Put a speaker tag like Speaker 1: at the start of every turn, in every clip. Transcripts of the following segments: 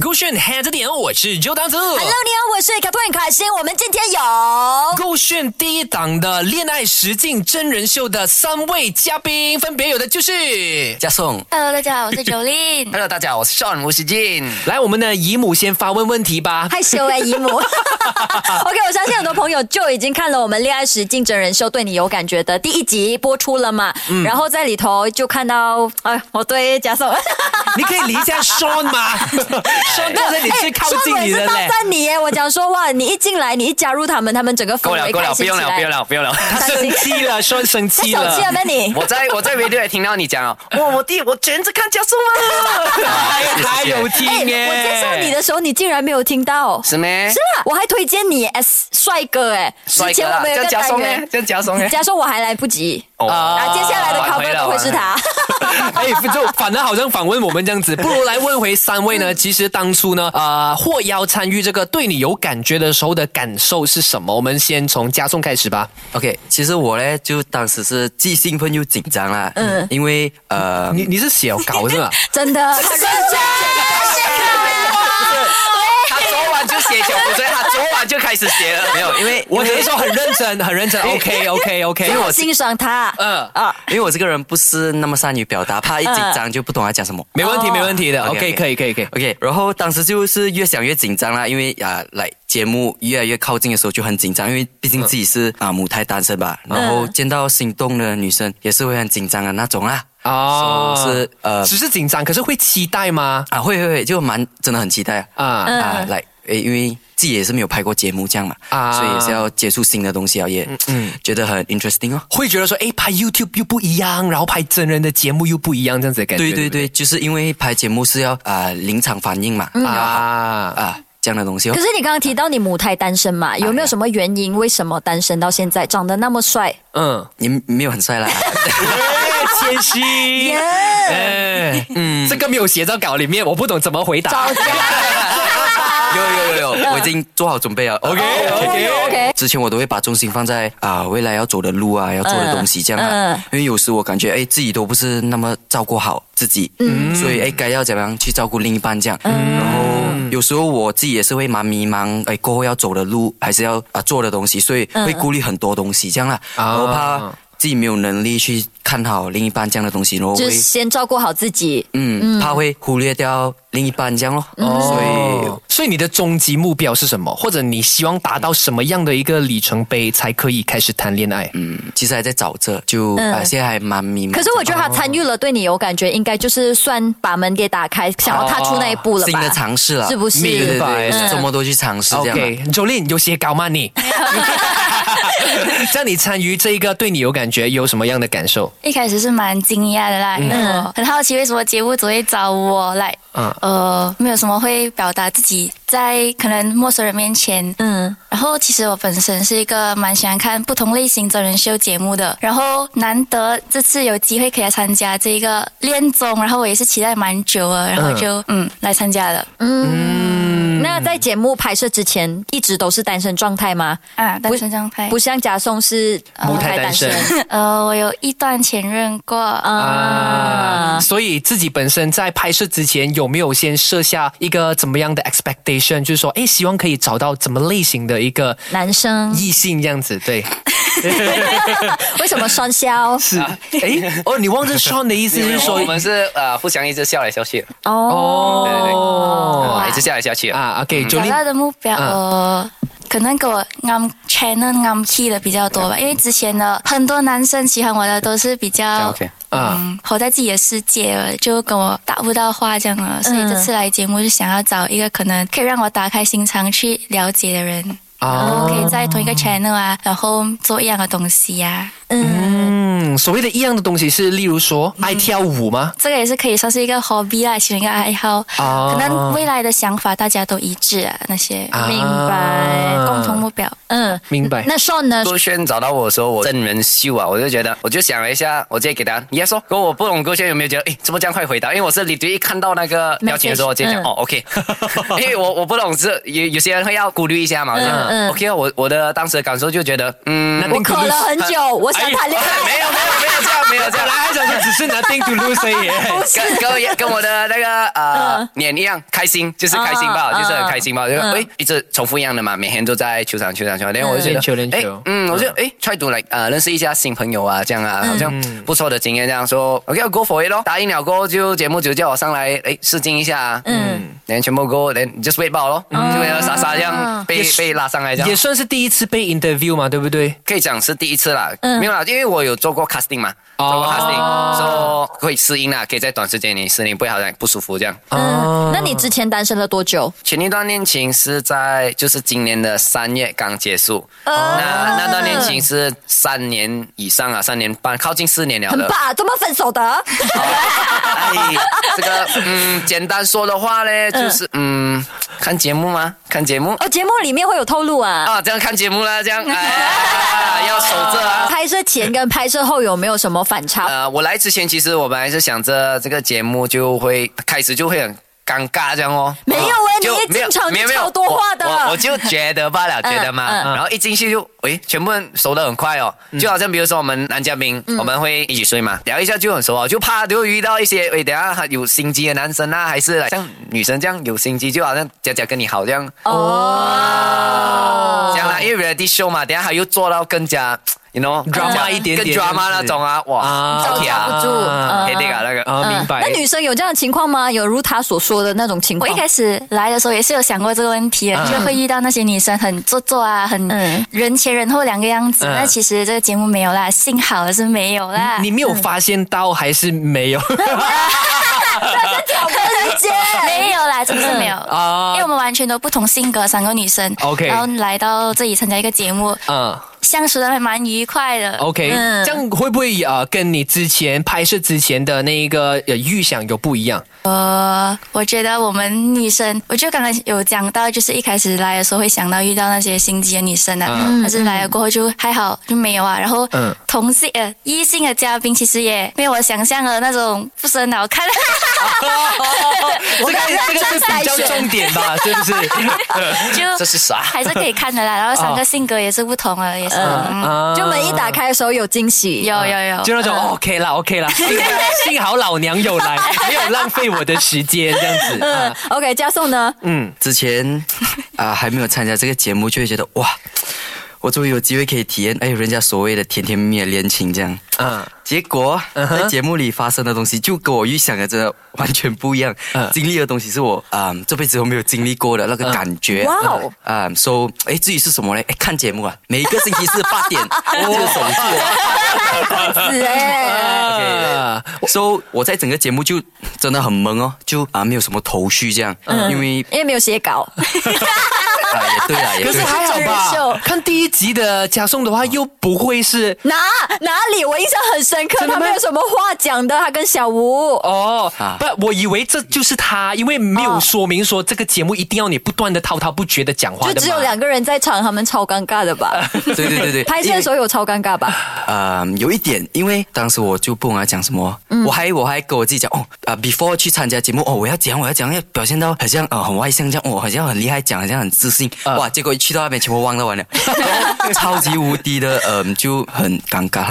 Speaker 1: 勾选 head 点，我是周当子。
Speaker 2: Hello，你好，我是卡顿卡欣。我们今天有
Speaker 1: 勾选第一档的恋爱实境真人秀的三位嘉宾，分别有的就是
Speaker 3: 加送。
Speaker 2: Hello，大家好，我是 Jolin。
Speaker 3: Hello，大家好，我是 Sean 吴世进。
Speaker 1: 来我们的姨母先发问问题 吧。
Speaker 2: 害羞哎、姨母。OK，我相信很多朋友就已经看了我们《恋爱实境真人秀》，对你有感觉的第一集播出了嘛？然后在里头就看到，哎，我对加送，
Speaker 1: 你可以离一下 Sean 吗？Sean 坐在你最靠近
Speaker 2: 哎
Speaker 1: 你的
Speaker 2: 说我也是
Speaker 1: 嘞
Speaker 2: 放。在你耶！我讲说哇，你一进来，你一加入他们，他们整个氛
Speaker 3: 够了，
Speaker 2: 围
Speaker 3: 够
Speaker 2: 开
Speaker 3: 了，不
Speaker 2: 心起
Speaker 3: 用了，
Speaker 2: 来。
Speaker 3: 不用了，不用了。
Speaker 2: 哎
Speaker 1: 他生气了，Sean 生
Speaker 2: 太
Speaker 1: 气
Speaker 2: 小气了
Speaker 1: 了。
Speaker 2: 呗你？
Speaker 3: 我在我在 radio 也听到你讲哦，哇，我弟我卷着看加送 啊，
Speaker 1: 还还有听
Speaker 2: 哎，我
Speaker 1: 耶！
Speaker 2: 介绍你的时候，你竟然没有听到。
Speaker 3: 是咩？
Speaker 2: 是啦，我还推荐你 S 帅哥哎，
Speaker 3: 帅
Speaker 2: 之
Speaker 3: 哥
Speaker 2: 前我
Speaker 3: 啦，
Speaker 2: 们有
Speaker 3: 这
Speaker 2: 一个
Speaker 3: 样加
Speaker 2: 单
Speaker 3: 送
Speaker 2: 元
Speaker 3: 呢？，这样加送呢？
Speaker 2: 加说我还来不及，
Speaker 3: 哦，
Speaker 2: 啊，接下来的
Speaker 3: 挽回
Speaker 2: cover
Speaker 3: 了
Speaker 2: 都会是他。
Speaker 1: 哎，就反而好像访问我们这样子，不如来问回三位
Speaker 4: 嗯
Speaker 1: 呢。其实当初呢，呃，获邀参与这个对你有感觉的时候的感受是什么？我们先从加送开始吧。
Speaker 4: OK，其实我呢，就当时是既兴奋又紧张
Speaker 3: 啊
Speaker 4: 啦，嗯，因为呃，
Speaker 1: 你你是写稿 是吧？
Speaker 2: 真的，很认真。
Speaker 3: 他昨晚就写小不对，他昨晚就开始写了，
Speaker 4: 没有，因为
Speaker 1: 我只是说很认真，很认 真。OK OK
Speaker 2: 因
Speaker 1: OK
Speaker 2: 为。我欣赏他，
Speaker 1: 嗯
Speaker 2: 啊，
Speaker 4: 因为我这个人不是那么善于表达，怕一紧张就不懂他讲什么。
Speaker 1: 没问题，没问题的。
Speaker 4: 哦 OK，OK
Speaker 1: OK，可以，可以，可以。
Speaker 4: OK，然后当时就是越想越紧张啦，因为啊，来节目越来越靠近的时候就很紧张，因为毕竟自己是啊、母胎单身吧，然后见到心动的女生也是会很紧张的啊那种啦。
Speaker 1: 哦，
Speaker 4: So，是呃
Speaker 1: 只是紧张，可是会期待吗？
Speaker 4: 啊，会会会，就蛮真的很期待啊。
Speaker 1: 啊，
Speaker 4: 啊，来，诶，因为自己也是没有拍过节目这样嘛，
Speaker 1: 啊
Speaker 4: 所以也是要接触新的东西啊，也嗯觉得很 interesting 哦。
Speaker 1: 会觉得说，哎，拍 YouTube 又不一样，然后拍真人的节目又不一样，这样子的感觉。
Speaker 4: 对对
Speaker 1: 不
Speaker 4: 对，就是因为拍节目是要啊、临场反应嘛，啊
Speaker 1: 啊，
Speaker 4: 啊这样的东西哦
Speaker 2: 可。是你刚刚提到你母胎单身嘛，有没有什么原因？为什么单身到现在？长得那么帅，
Speaker 1: 嗯，
Speaker 4: 你没有很 帅啦，
Speaker 1: 谦虚。哎，嗯，这个没有写到稿里面，我不懂怎么回答。
Speaker 2: 找家
Speaker 4: 有有有 有，我已经做好准备了。OK
Speaker 1: OK，OK
Speaker 2: OK，
Speaker 4: 之前我都会把重心放在啊、未来要走的路啊，要做的东西这样啊，
Speaker 2: 嗯
Speaker 4: 因为有时我感觉哎自己都不是那么照顾好自己，
Speaker 2: 嗯
Speaker 4: 所以哎该要怎么样去照顾另一半这样，然后有时候我自己也是会蛮迷茫，哎过后要走的路还是要啊、做的东西，所以
Speaker 2: 嗯
Speaker 4: 会顾虑很多东西这样啦，
Speaker 1: 啊
Speaker 4: 然后怕自己没有能力去看好另一半这样的东西，然后
Speaker 2: 就
Speaker 4: 会
Speaker 2: 是先照顾好自己。
Speaker 4: 嗯怕会忽略掉另一半这样咯，
Speaker 2: 嗯
Speaker 4: 所以
Speaker 1: 哦，所以你的终极目标是什么？或者你希望达到什么样的一个里程碑才可以开始谈恋爱？
Speaker 4: 嗯其实还在找着，就啊、现在还蛮迷茫。
Speaker 2: 嗯可是我觉得他参与了，对你有感觉，应该就是算把门给打开，想要踏出那一步了吧？
Speaker 4: 新的尝试了，
Speaker 2: 是不是
Speaker 4: 对对
Speaker 1: 明白
Speaker 4: 对，
Speaker 1: 嗯
Speaker 4: 什么都去尝试这样啊。
Speaker 1: OK，Jolin 有写稿吗 你？让你参与这一个对你有感觉，有什么样的感受？
Speaker 5: 一开始是蛮惊讶的啦，因为我很好奇为什么节目组会找我来，
Speaker 1: 嗯
Speaker 5: 呃，没有什么会表达自己在可能陌生人面前，
Speaker 2: 嗯，
Speaker 5: 然后其实我本身是一个蛮喜欢看不同类型真人秀节目的，然后难得这次有机会可以来参加这个恋综，然后我也是期待蛮久了，然后就嗯来参加了，
Speaker 2: 那在节目拍摄之前，一直都是单身状态吗？
Speaker 5: 啊，单身状态
Speaker 2: 不，像贾颂是哎
Speaker 1: 母胎单身
Speaker 5: 呃，我有一段前任过，
Speaker 1: 啊，
Speaker 2: 啊，
Speaker 1: 所以自己本身在拍摄之前有没有先设下一个怎么样的 expectation？就是说，哎，希望可以找到怎么类型的一个
Speaker 2: 男生
Speaker 1: 异性这样子？对，
Speaker 2: 为什么双消？
Speaker 1: 是， 哎，哦，你忘记 Sean 的意思是说
Speaker 3: 我们是呃互相一直笑来笑去，
Speaker 2: 哦，
Speaker 3: 对对对
Speaker 1: 哦
Speaker 3: 一直笑来笑去啊。
Speaker 1: 啊，OK，九
Speaker 5: 找
Speaker 1: 零
Speaker 5: 到的目标，
Speaker 1: 嗯
Speaker 5: 呃，可能给我 I'm channel I'm key 的比较多吧，因为之前的很多男生喜欢我的都是比较
Speaker 3: OK，
Speaker 1: 啊，
Speaker 5: 嗯，活在自己的世界了，就跟我搭不到话这样了。所以这次来节目是想要找一个可能可以让我打开心肠去了解的人，
Speaker 1: 哦
Speaker 5: 然
Speaker 1: 啊
Speaker 5: 后可以在同一个 channel 啊，然后做一样的东西啊呀、
Speaker 1: 嗯，所谓的一样的东西是，例如说
Speaker 2: 嗯
Speaker 1: 爱跳舞吗？
Speaker 5: 这个也是可以算是一个 hobby 啦，其中一个爱好。
Speaker 1: 啊
Speaker 5: 可能未来的想法大家都一致啊，那些
Speaker 1: 啊
Speaker 2: 明白
Speaker 5: 共同目标。
Speaker 2: 嗯，
Speaker 1: 明白
Speaker 2: 那 Sean 呢？
Speaker 3: 郭轩找到我说我真人秀啊，我就觉得，我就想了一下，我直接给他 yes 哦。可我不懂郭轩有没有觉得，诶，怎么这样快回答？因为我是李迪一看到那个表情的时候，我直接讲、
Speaker 2: 嗯
Speaker 3: 哦 OK，因为我我不懂是有有些人会要顾虑一下嘛，我就
Speaker 2: 嗯嗯
Speaker 3: OK 啊，我我的当时的感受就觉得，嗯，
Speaker 1: 那
Speaker 2: 我渴了很久，我想
Speaker 3: 哎
Speaker 2: 谈恋爱。
Speaker 3: 没有没没有这样，没有这
Speaker 1: 本
Speaker 3: 样
Speaker 1: 来。还想说只是 nothing to lose 而 已。
Speaker 3: 跟跟我一跟我的那个呃脸一样，开心就是开心吧，
Speaker 2: 嗯
Speaker 3: 就是很开心吧，就是
Speaker 2: 嗯
Speaker 3: 哎一直重复一样的嘛，每天都在球场球场球场，然后我就觉
Speaker 1: 练球
Speaker 3: 得
Speaker 1: 练
Speaker 3: 哎
Speaker 1: 球
Speaker 3: 嗯，我就哎 try to like 呃认识一下新朋友啊，这样
Speaker 2: 嗯
Speaker 3: 啊，好像
Speaker 1: 嗯
Speaker 3: 不错的经验，这样说 OK go for it 咯，答应了过后就节目组叫我上来哎试镜一下啊，嗯，然后全部 go，然后 just wait 爆咯，
Speaker 2: 嗯
Speaker 3: 就像莎莎这样被
Speaker 1: 也是
Speaker 3: 被拉上来这 样
Speaker 1: 也，算是第一次被 interview 嘛，对不对？
Speaker 3: 可以讲是第一次啦，
Speaker 2: 嗯
Speaker 3: 没有啦，因为我有做过 casting 嘛，
Speaker 1: 哦
Speaker 3: 做过 casting，说
Speaker 2: 哦
Speaker 3: 会适应啦，可以在短时间内适应，不会好像不舒服这样。
Speaker 2: 嗯，那你之前单身了多久？
Speaker 3: 前一段恋情是在就是今年的三月刚结束，那那段恋情是三年以上啊，三年半，靠近四年了
Speaker 2: 很
Speaker 3: 的。哦
Speaker 2: 棒，怎么分手的？
Speaker 3: 哎，这个嗯，简单说的话呢，就是嗯，看节目吗？看节目
Speaker 2: 哦，节目里面会有透露啊。
Speaker 3: 啊，这样看节目啦，这样哎，要守着啊。
Speaker 2: 拍摄前跟拍摄后有没有什么反差？
Speaker 3: 呃，我来之前其实我本来是想着这个节目就会开始就会很。尴尬这样哦，
Speaker 2: 没有欸
Speaker 3: 就
Speaker 2: 你一
Speaker 3: 没有
Speaker 2: 进场就
Speaker 3: 没有没有
Speaker 2: 超多话的
Speaker 3: 我我我就觉得罢了，
Speaker 2: 嗯
Speaker 3: 觉得嘛，
Speaker 2: 嗯
Speaker 3: 然后一进去就，诶，全部人熟得很快哦，就好像比如说我们男嘉宾，
Speaker 2: 嗯
Speaker 3: 我们会一起睡嘛，聊一下就很熟哦，就怕就遇到一些，诶，等一下有心机的男生啊，还是像女生这样有心机，就好像佳佳跟你好这样，
Speaker 2: 哦啊
Speaker 3: 这，样啦，因为 reality show 嘛，等一下他又做到更加，you know，
Speaker 2: 嗯
Speaker 3: 啊
Speaker 1: Drama
Speaker 3: 更加
Speaker 1: 一点点
Speaker 3: 更 drama 那种啊，哇，
Speaker 1: 啊
Speaker 3: 好甜
Speaker 2: 招架不住嗯
Speaker 3: 黑那个那个，
Speaker 1: 啊，明白
Speaker 2: 那。女生有这样的情况吗？有如她所说的那种情
Speaker 5: 我
Speaker 1: 哦
Speaker 2: 况？
Speaker 5: 一开始来的时候也是有想过这个问题的，
Speaker 1: 嗯
Speaker 5: 就会遇到那些女生很做作啊，很
Speaker 2: 嗯
Speaker 5: 人前人后两个样子。
Speaker 1: 嗯
Speaker 5: 那其实这个节目没有啦，幸好是没有啦。
Speaker 1: 你没有发现到还是没有
Speaker 2: 嗯 挑拨离间，
Speaker 5: 没有啦，真的是没有。因
Speaker 1: 啊
Speaker 5: 为我？们完全都不同性格，三个女生
Speaker 1: OK
Speaker 5: 然后来到这里参加一个节目，
Speaker 1: 嗯
Speaker 5: 相处的还蛮愉快的。
Speaker 1: ，OK，
Speaker 2: 嗯
Speaker 1: 这样会不会呃跟你之前拍摄之前的那一个呃预想有不一样？
Speaker 5: 呃，我觉得我们女生，我就刚刚有讲到，就是一开始来的时候会想到遇到那些心机的女生啊，
Speaker 1: 嗯
Speaker 5: 但是来了过后就还好，就没有啊。然后
Speaker 1: 嗯
Speaker 5: 同性呃异性的嘉宾其实也没有我想象的那种不是很好看。
Speaker 1: 这个这个是比较重点吧，是 不是？
Speaker 5: 就
Speaker 3: 这是啥？
Speaker 5: 还是可以看的啦。然后三个性格也是不同的，也是、嗯
Speaker 1: 啊
Speaker 2: 就门一打开的时候有惊喜，
Speaker 5: 有有有。
Speaker 1: 就那种、OK 哦啦，OK 啦，幸好幸好老娘有来，没有浪费我的时间这样子。啊
Speaker 2: 嗯，OK，加送呢？
Speaker 1: 嗯
Speaker 4: 之前啊、还没有参加这个节目，就会觉得哇，我终于有机会可以体验哎人家所谓的甜甜蜜蜜的恋情这样。
Speaker 1: 嗯，
Speaker 4: 结果在节目里发生的东西，就跟我预想的真的完全不一样。
Speaker 1: 嗯
Speaker 4: 经历的东西是我啊、这辈子都没有经历过的那个感觉。
Speaker 2: 哇哦
Speaker 4: 啊、so 哎，至于是什么呢？哎，看节目啊，每一个星期四八点，这个手机我。
Speaker 2: 是哎，
Speaker 1: 啊
Speaker 4: so 我在整个节目就真的很懵哦，就啊、没有什么头绪这样，因为
Speaker 2: 因为没有写 稿，
Speaker 4: 啊、也对啊，也
Speaker 1: 可
Speaker 4: 对
Speaker 1: 是。还好
Speaker 2: 真人秀
Speaker 1: 吧？看第一集的加送的话，又不会是
Speaker 2: 哪哪里？我印象很深刻，
Speaker 1: 真的
Speaker 2: 他
Speaker 1: 吗
Speaker 2: 没有什么话讲的，他跟小吴。
Speaker 1: 哦
Speaker 4: 啊，
Speaker 1: 不，我以为这就是他，因为没有说明说这个节目一定要你不断的滔滔不绝的讲话
Speaker 2: 就
Speaker 1: 的嘛
Speaker 2: 只有两个人在场，他们超尴尬的 吧？
Speaker 4: 对对对对，
Speaker 2: 拍摄的时候有超尴尬吧？
Speaker 4: 呃，有一点，因为当时我就不懂要讲什么，我还我还跟我自己讲，哦，啊、b e f o r e 去参加节目，哦，我要讲，我要讲，要表现到好像呃很外向这样，哦，好像很厉害，讲好像很自信，哇，结果一去到那边全部忘了完了，然后超级无敌的，嗯、就很尴尬。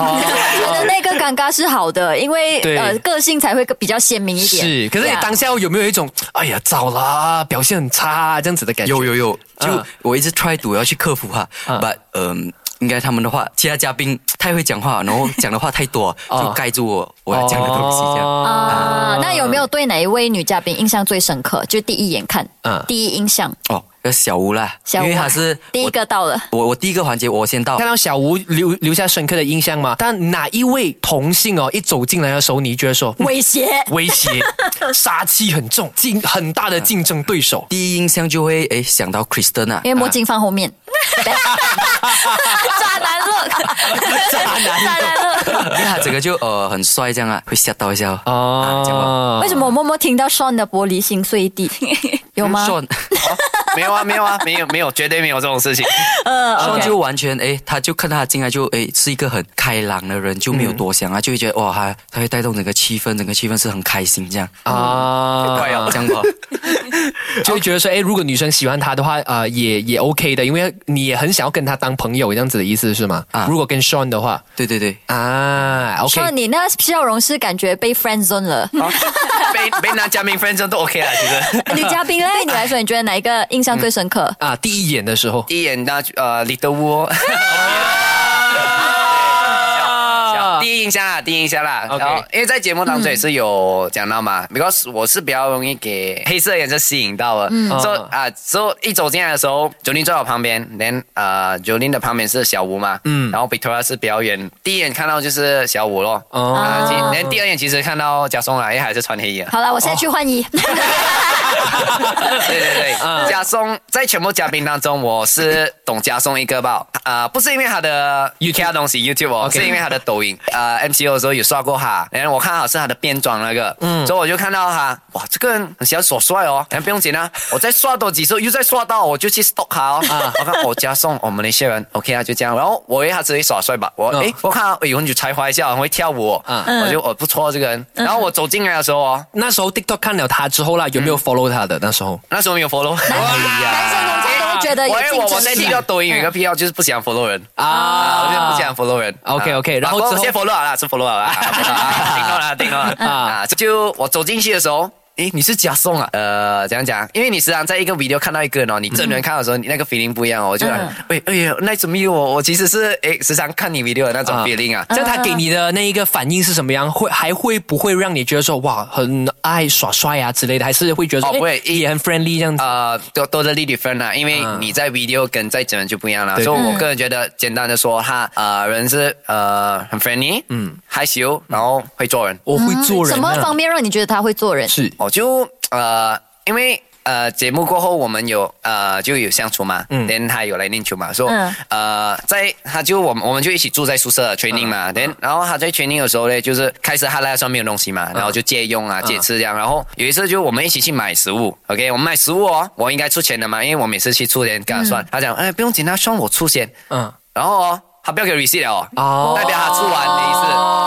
Speaker 2: 我觉得那个尴尬是好的，因为
Speaker 1: 对
Speaker 2: 呃个性才会比较鲜明一点。
Speaker 1: 是，可是你
Speaker 2: 对啊
Speaker 1: 当下有没有一种哎呀糟啦，表现很差这样子的感觉？
Speaker 4: 有有有，就
Speaker 1: 嗯
Speaker 4: 我一直 try to 要去克服它
Speaker 1: 嗯
Speaker 4: ，but 嗯、应该他们的话，其他嘉宾太会讲话，然后讲的话太多，就盖住我我
Speaker 1: 哦
Speaker 4: 要讲的东西这样。
Speaker 2: 啊，那有没有对哪一位女嘉宾印象最深刻？就第一眼看
Speaker 1: 嗯，
Speaker 2: 第一印象，
Speaker 4: 哦，要小吴啦，
Speaker 2: 小吴啊
Speaker 4: 因为他是
Speaker 2: 第一
Speaker 4: 我
Speaker 2: 个到了。
Speaker 4: 我我第一个环节我先到
Speaker 1: 看。到小吴留留下深刻的印象吗？但哪一位同性哦，一走进来的时候，你觉得说嗯
Speaker 2: 威胁，
Speaker 1: 威 胁、杀气很重，竞很大
Speaker 3: 嗯
Speaker 1: 的竞争对手。
Speaker 4: 第一印象就会诶想到 Kristen 啊
Speaker 2: 因，为墨镜放后面。
Speaker 5: 渣男 look，渣男 look，
Speaker 4: 因为 他整个就呃很帅这样啊，会吓到一下哦。啊讲吧
Speaker 1: 哦，
Speaker 2: 为什么我默默听到 Sean 的玻璃心碎地？有吗？
Speaker 4: Sean
Speaker 3: 没有啊，没有啊，没有没有，绝对没有这种 事情。
Speaker 4: Sean 就完全诶，他就看到他进来就诶是一个很开朗的人，就没有多想啊，就会觉得哇他他会带动整个气氛，整个气氛是很开心这样。
Speaker 1: 啊？
Speaker 4: 快要这样吧。
Speaker 1: 就会觉得说，哎，如果女生喜欢他的话，呃，也也 OK 的，因为你也很想要跟他当朋友，这样子的意思是吗？
Speaker 4: 啊
Speaker 1: 如果跟 Sean 的话，
Speaker 4: 对对对，
Speaker 1: 啊，OK，
Speaker 2: 说你那笑容是感觉被 friend zone 了。
Speaker 3: 被被男嘉宾 friend 都 OK 啦，其实。
Speaker 2: 女嘉宾嘞，对你来说，你觉得哪一个印象最深刻？
Speaker 1: 啊，第一眼的时候，
Speaker 3: 第一眼那呃 Little Wu，
Speaker 1: 啊
Speaker 3: 第一印象啦，第一印象啦。
Speaker 1: OK 嗯
Speaker 3: 然后因为在节目当中也是有讲到嘛、b e c a u s e 我是比较容易给黑色颜色吸引到的，
Speaker 1: 嗯
Speaker 3: 所以
Speaker 1: 哦
Speaker 3: 啊，之后一走进来的时候，Jolin 坐我旁边，连呃 Jolin 的旁边是小吴嘛，嗯，然后 Victoria 是比较远，第一眼看到就是小吴咯。
Speaker 1: 哦
Speaker 3: 啊，其连第二眼其实看到加松啦，啊因为还是穿黑衣的。
Speaker 2: 好了，我现在去换衣。
Speaker 3: 对对
Speaker 1: 啊
Speaker 3: 对，加松在全部嘉宾当中，我是懂加松一个吧？啊、不是因为他的 UK 的东西 YouTube，、哦、
Speaker 1: OK
Speaker 3: 是因为他的抖音。呃，MCO 的时候有刷过他，然后我看好是他的变装那个，嗯，所以我就看到他，哇，这个人很小所帅哦，然后不用紧啊，我再刷多几次，又再刷到，我就去 stalk 他哦。
Speaker 1: 啊
Speaker 3: 我看我加松，我们那些人 OK 啊，就这样。然后我以为他只会耍帅吧，我
Speaker 1: 嗯
Speaker 3: 诶，我看他，哎呦，你才华一下，很会跳舞、哦，
Speaker 1: 嗯
Speaker 3: 我就哦不错这个人。然后我走进来的时候哦，
Speaker 1: 那时候 TikTok 看了他之后啦，有
Speaker 3: 嗯
Speaker 1: 没有 follow 他的？那时候
Speaker 3: 那时候没 有 follow。
Speaker 1: 哎
Speaker 2: 男生通常都会觉得有
Speaker 3: 啊我哎我我
Speaker 2: 竞争
Speaker 3: 在提
Speaker 2: 力
Speaker 3: 到。抖音有一个癖好，就是不喜欢 follow 人啊，我就不喜欢 follow 人。
Speaker 1: OK，OK，
Speaker 3: 啊
Speaker 1: 然后
Speaker 3: 啊
Speaker 1: 之后
Speaker 3: 我先 follow 好了，是 follow 好了，顶到了，顶到了啊！就我走进去的时候。诶，你是加送啊？呃，怎样讲？因为你时常在一个 video 看到一个人哦，你真人看的时候，你那个 feeling 不一样哦。我就来，喂，哎呀，nice to meet you 哦。我其实是诶，时常看你 video 的那种
Speaker 1: 啊
Speaker 3: feeling 啊。
Speaker 1: 这样他给你的那一个反应是什么样？会还会不会让你觉得说哇很爱耍帅啊之类的？还是会觉得说
Speaker 3: 哦不会
Speaker 1: 诶也很 friendly 这样子？
Speaker 3: 呃，都都是 Lily friend 啊，因为
Speaker 1: 嗯
Speaker 3: 你在 video 跟在真人就不一样了，
Speaker 1: 对
Speaker 3: 所以我个人觉得，简单的说，他呃人是呃很 friendly，嗯，害羞，然后会做人，
Speaker 1: 我会做人
Speaker 2: 嗯什
Speaker 1: 啊
Speaker 2: 么方面让你觉得他会做人？
Speaker 1: 是
Speaker 3: 我哦就呃因为。呃，节目过后我们有呃就有相处嘛，嗯，然他有来练球嘛，说、
Speaker 2: 嗯
Speaker 3: 呃在他就我们我们就一起住在宿舍 training 嘛，然、然后他在 training 的时候呢，就是开始他那上面有东西嘛，然后就借用啊、借吃这样，然后有一次就我们一起去买食物，OK，我们买食物哦，我应该出钱的嘛，因为我每次去出钱跟他算，他讲哎不用紧啊，算我出钱，
Speaker 1: 嗯
Speaker 3: 然后哦他不要给 receipt 了哦，
Speaker 1: 哦
Speaker 3: 代表他出完的意思。
Speaker 1: 哦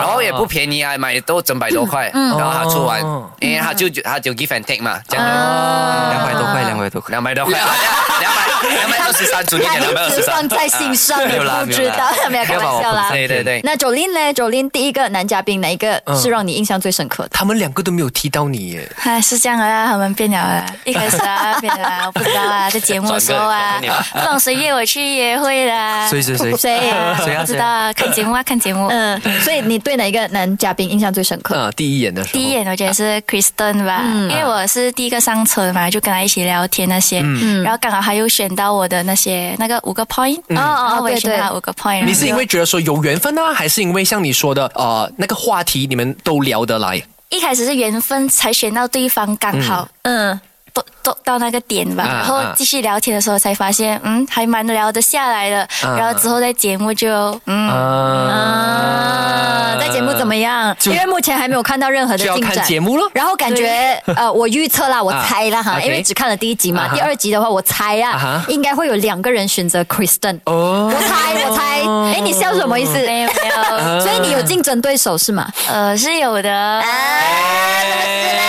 Speaker 3: 然后也不便宜啊，买都整百多块，然后他出完
Speaker 1: 哦，
Speaker 3: 因为他就他就 give and take 嘛，这样的
Speaker 4: 两百多块，两百多块。
Speaker 3: 两百多块，两百两百二十三，准确
Speaker 2: 他
Speaker 3: 点，两百二
Speaker 2: 一
Speaker 3: 十
Speaker 2: 直放。
Speaker 3: 三
Speaker 2: 在心上，你
Speaker 3: 没有啦
Speaker 2: 不知道，没有开玩笑啦。
Speaker 3: 对对
Speaker 1: 哎
Speaker 3: 对，
Speaker 2: 那 Jolin 呢？Jolin 第一个男嘉宾，哪一个
Speaker 1: 嗯
Speaker 2: 是让你印象最深刻的？
Speaker 1: 他们两个都没有提到你耶，
Speaker 5: 啊，是这样的啦，他们变了啦，一开始啊变了啦，我不知道啊，在节目的时候
Speaker 3: 转
Speaker 5: 啊
Speaker 3: 个人转，
Speaker 5: 放谁约我去约会啦，
Speaker 4: 谁谁 谁？
Speaker 2: 谁 呀？
Speaker 4: 谁啊
Speaker 5: 不知道啊，看节目啊看节目。
Speaker 2: 嗯，所以你对哪一个男嘉宾印象最深刻？
Speaker 1: 啊，第一眼的时候，
Speaker 5: 第一眼我觉得是 Kristen 吧，因为我是第一个上车嘛，就跟他一起聊天那些，然后刚好他又选到我的那些那个五个 point，哦
Speaker 2: 哦
Speaker 5: 我也
Speaker 2: 对
Speaker 5: 选到他
Speaker 2: 对
Speaker 5: 五个 point 然后就。
Speaker 1: 你是因为觉得说有缘分呢，还是因为像你说的呃那个话题你们都聊得来？
Speaker 5: 一开始是缘分才选到对方，刚好
Speaker 2: 嗯，
Speaker 5: 都都到那个点吧，
Speaker 1: 啊
Speaker 5: 然后继续聊天的时候才发现，嗯，还蛮聊得下来的。
Speaker 1: 啊
Speaker 5: 然后之后在节目就，嗯，
Speaker 1: 啊
Speaker 2: 啊，在节目怎么样？因为目前还没有看到任何的
Speaker 1: 就要
Speaker 2: 进
Speaker 1: 看
Speaker 2: 展。
Speaker 1: 节目咯
Speaker 2: 然后感觉呃，我预测啦，我
Speaker 1: 啊
Speaker 2: 猜啦哈，
Speaker 1: OK
Speaker 2: 因为只看了第一集
Speaker 1: 啊
Speaker 2: 嘛，
Speaker 1: 哈
Speaker 2: 第二集的话，我猜
Speaker 1: 啊哈
Speaker 2: 啊，应该会有两个人选择 Kristen。
Speaker 1: 哦
Speaker 2: 我猜，我猜，哎，你笑什么意思？
Speaker 5: 没有没
Speaker 1: 啊
Speaker 5: 有，
Speaker 2: 所以你有竞争对手是吗？
Speaker 5: 呃，是有的，
Speaker 2: 啊
Speaker 1: 哎 哦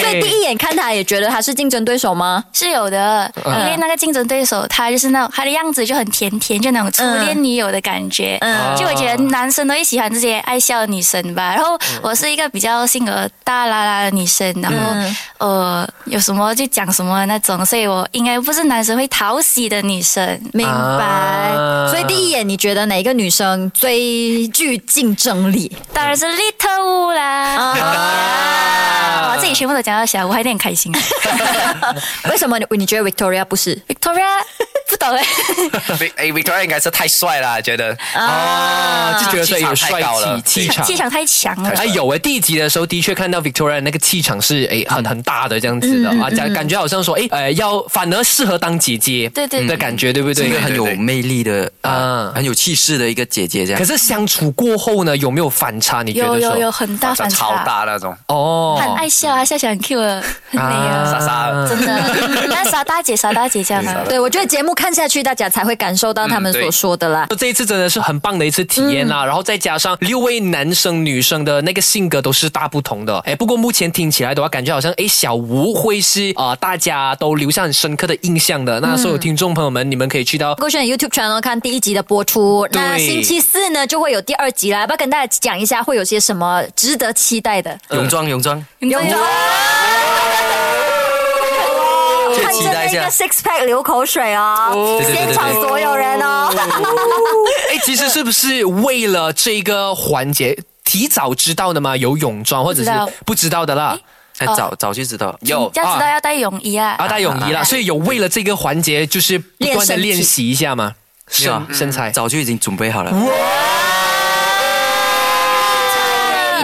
Speaker 2: 所以第一眼看他也觉得他是竞争对手吗？
Speaker 5: 是有的，因为那个竞争对手他就是那种他的样子就很甜甜，就那种初恋女友的感觉。
Speaker 2: 嗯
Speaker 5: 就我觉得男生都会喜欢这些爱哎笑的女生吧。然后我是一个比较性格大啦啦的女生，然后、呃有什么就讲什么的那种，所以我应该不是男生会讨喜的女生。
Speaker 2: 明白
Speaker 1: 啊。
Speaker 2: 所以第一眼你觉得哪一个女生最具竞争力？
Speaker 5: 当然是 Little 啦。
Speaker 2: 啊
Speaker 5: 啊我自己全部都讲到小，我还有点开心。
Speaker 2: 为什么你你觉得 Victoria 不是？
Speaker 5: Victoria 不懂哎、
Speaker 3: Vic- 哎，Victoria 应该是太帅了，觉得
Speaker 1: 啊，就觉得说有
Speaker 3: 气场
Speaker 1: 帅
Speaker 3: 太高了
Speaker 1: 气气场
Speaker 5: 气。场太强了。
Speaker 1: 哎，有哎，第一集的时候的确看到 Victoria 那个气场是哎很很大的这样子的啊，感感觉好像说哎呃要反而适合当姐姐，
Speaker 5: 对对对
Speaker 1: 的感觉，对不
Speaker 4: 是一个
Speaker 1: 对？
Speaker 4: 很有魅力的
Speaker 1: 啊
Speaker 4: 啊，很有气势的一个姐姐这样
Speaker 1: 可。是相处过后呢，有没有反差？你觉
Speaker 5: 有
Speaker 1: 得
Speaker 5: 有有
Speaker 1: 说
Speaker 5: 很大反差，
Speaker 3: 超大那种，
Speaker 1: 哦
Speaker 5: 很爱笑啊，笑起来很 Q 的，很美啊，
Speaker 3: 傻傻的。
Speaker 5: 真的。但是傻大姐，傻大姐这样啊的。
Speaker 2: 对，我觉得节目看下去，大家才会感受到他们
Speaker 3: 嗯对
Speaker 2: 所说的啦。
Speaker 1: 这一次真的是很棒的一次体验啦、啊然后再加上六位男生女生的那个性格都是大不同的，哎，不过目前听起来的话，感觉好像哎小吴会是啊、呃大家都留下很深刻的印象的。那所有听众朋友们，你们可以去到
Speaker 2: 勾选 YouTube channel 看第一集的播出，
Speaker 1: 对
Speaker 2: 那星期四呢就会有第二集啦，要不要跟大家讲一下会有些什么值得期待的？
Speaker 1: 呃
Speaker 4: 泳装泳装，
Speaker 5: 啊
Speaker 2: 泳 装，
Speaker 4: 就
Speaker 2: 看
Speaker 4: 期
Speaker 2: 着
Speaker 4: 待一
Speaker 2: 那
Speaker 4: 下
Speaker 2: 个。six pack 流口水哦，
Speaker 4: 对对对
Speaker 2: 现
Speaker 4: 对
Speaker 2: 场所有人哦，
Speaker 1: 哎，其实是不是为了这个环节提早知道的吗？有泳装或者是
Speaker 5: 知道
Speaker 1: 不知道的啦，
Speaker 4: 哎，
Speaker 5: 哦
Speaker 4: 早早就知道，
Speaker 3: 有
Speaker 5: 要知道要带泳衣啊。
Speaker 1: 啊，带泳 衣啦，所以有为了这个环节就是不断的
Speaker 2: 练身体
Speaker 1: 练习一下嘛，
Speaker 4: 没有啊
Speaker 1: 身身材。
Speaker 4: 早就已经准备好了。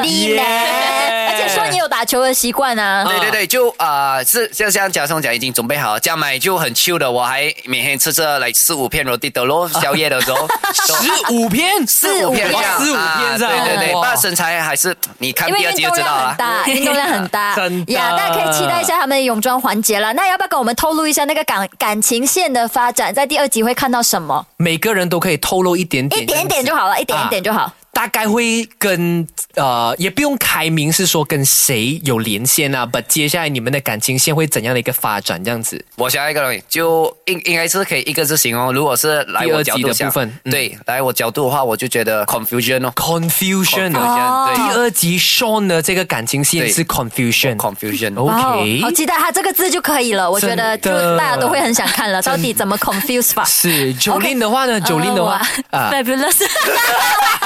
Speaker 2: 一定的。而且说你有打球的习惯啊，
Speaker 3: 对对对，就呃是就像贾松讲已经准备好了，这样买就很 chill 的，我还每天吃着来四五片罗蒂德咯，宵夜的时候
Speaker 1: 十五片，
Speaker 2: 四五片
Speaker 3: 这样
Speaker 1: 哇四五
Speaker 3: 啊
Speaker 1: 片这样，
Speaker 3: 对对对，
Speaker 1: 哇
Speaker 3: 那身材还是你看
Speaker 2: 因为
Speaker 3: 第二
Speaker 2: 运
Speaker 3: 集就
Speaker 2: 动
Speaker 3: 知
Speaker 2: 量
Speaker 3: 道了
Speaker 2: 很。大， 运动量很大
Speaker 1: 真的
Speaker 2: 呀，大家可以期待一下他们的泳装环节啦。那要不要跟我们透露一下那个感感情线的发展，在第二集会看到什么？
Speaker 1: 每个人都可以透露一点点，
Speaker 2: 一点点就好了，一啊点一点就好。
Speaker 1: 大概会跟呃，也不用开明，是说跟谁有连线啊？不，接下来你们的感情线会怎样的一个发展？这样子，
Speaker 3: 我想要一个东西，就应应该是可以一个字形容。如果是来我角
Speaker 1: 第
Speaker 3: 度
Speaker 1: 二集的
Speaker 3: 想
Speaker 1: 部分嗯
Speaker 3: 对，来我角度的话，我就觉得 confusion 哦
Speaker 1: confusion 啊。
Speaker 3: ，confusion
Speaker 1: 第
Speaker 3: 对
Speaker 1: 二集 Sean 的这个感情线
Speaker 3: 对
Speaker 1: 是 confusion。
Speaker 3: confusion。
Speaker 2: 哇哦
Speaker 1: OK，
Speaker 2: 好期待他这个字就可以了，我觉得就
Speaker 1: 真的
Speaker 2: 大家都会很想看了，到底怎么 confuse 法？
Speaker 1: 是 Jolin 的话呢，Jolin 的话啊，
Speaker 5: ，fabulous，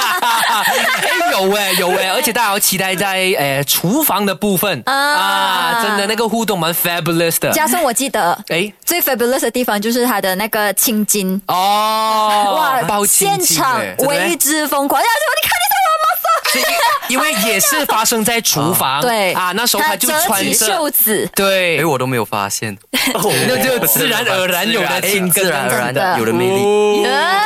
Speaker 1: 哎有哎有哎，而且大家要期待在诶厨房的部分
Speaker 2: 啊
Speaker 1: 啊，真的那个互动蛮 fabulous 的。
Speaker 2: 加上我记得
Speaker 1: 哎
Speaker 2: 最 fabulous 的地方就是他的那个青筋，
Speaker 1: 哦，包青
Speaker 2: 现
Speaker 1: 筋
Speaker 2: 场
Speaker 1: 哎
Speaker 2: 为之疯狂！呀，你看你在玩吗？
Speaker 1: 因为也是发生在厨房，
Speaker 2: 对
Speaker 1: 啊，那时候他就
Speaker 2: 折
Speaker 1: 穿
Speaker 2: 起
Speaker 1: 着
Speaker 2: 袖子，
Speaker 1: 对
Speaker 4: 哎，，我都没有发现，
Speaker 1: 那就 自然而然有的亲跟
Speaker 4: 自然而然
Speaker 2: 真的
Speaker 4: 的有了魅力。
Speaker 2: 啊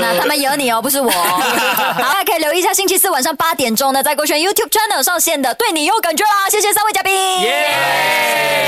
Speaker 2: 那他们有你哦，不是我。好，可以留意一下星期四晚上八点钟呢，在勾选 YouTube channel 上线的，对你有感觉啦！谢谢三位嘉宾。
Speaker 1: 耶。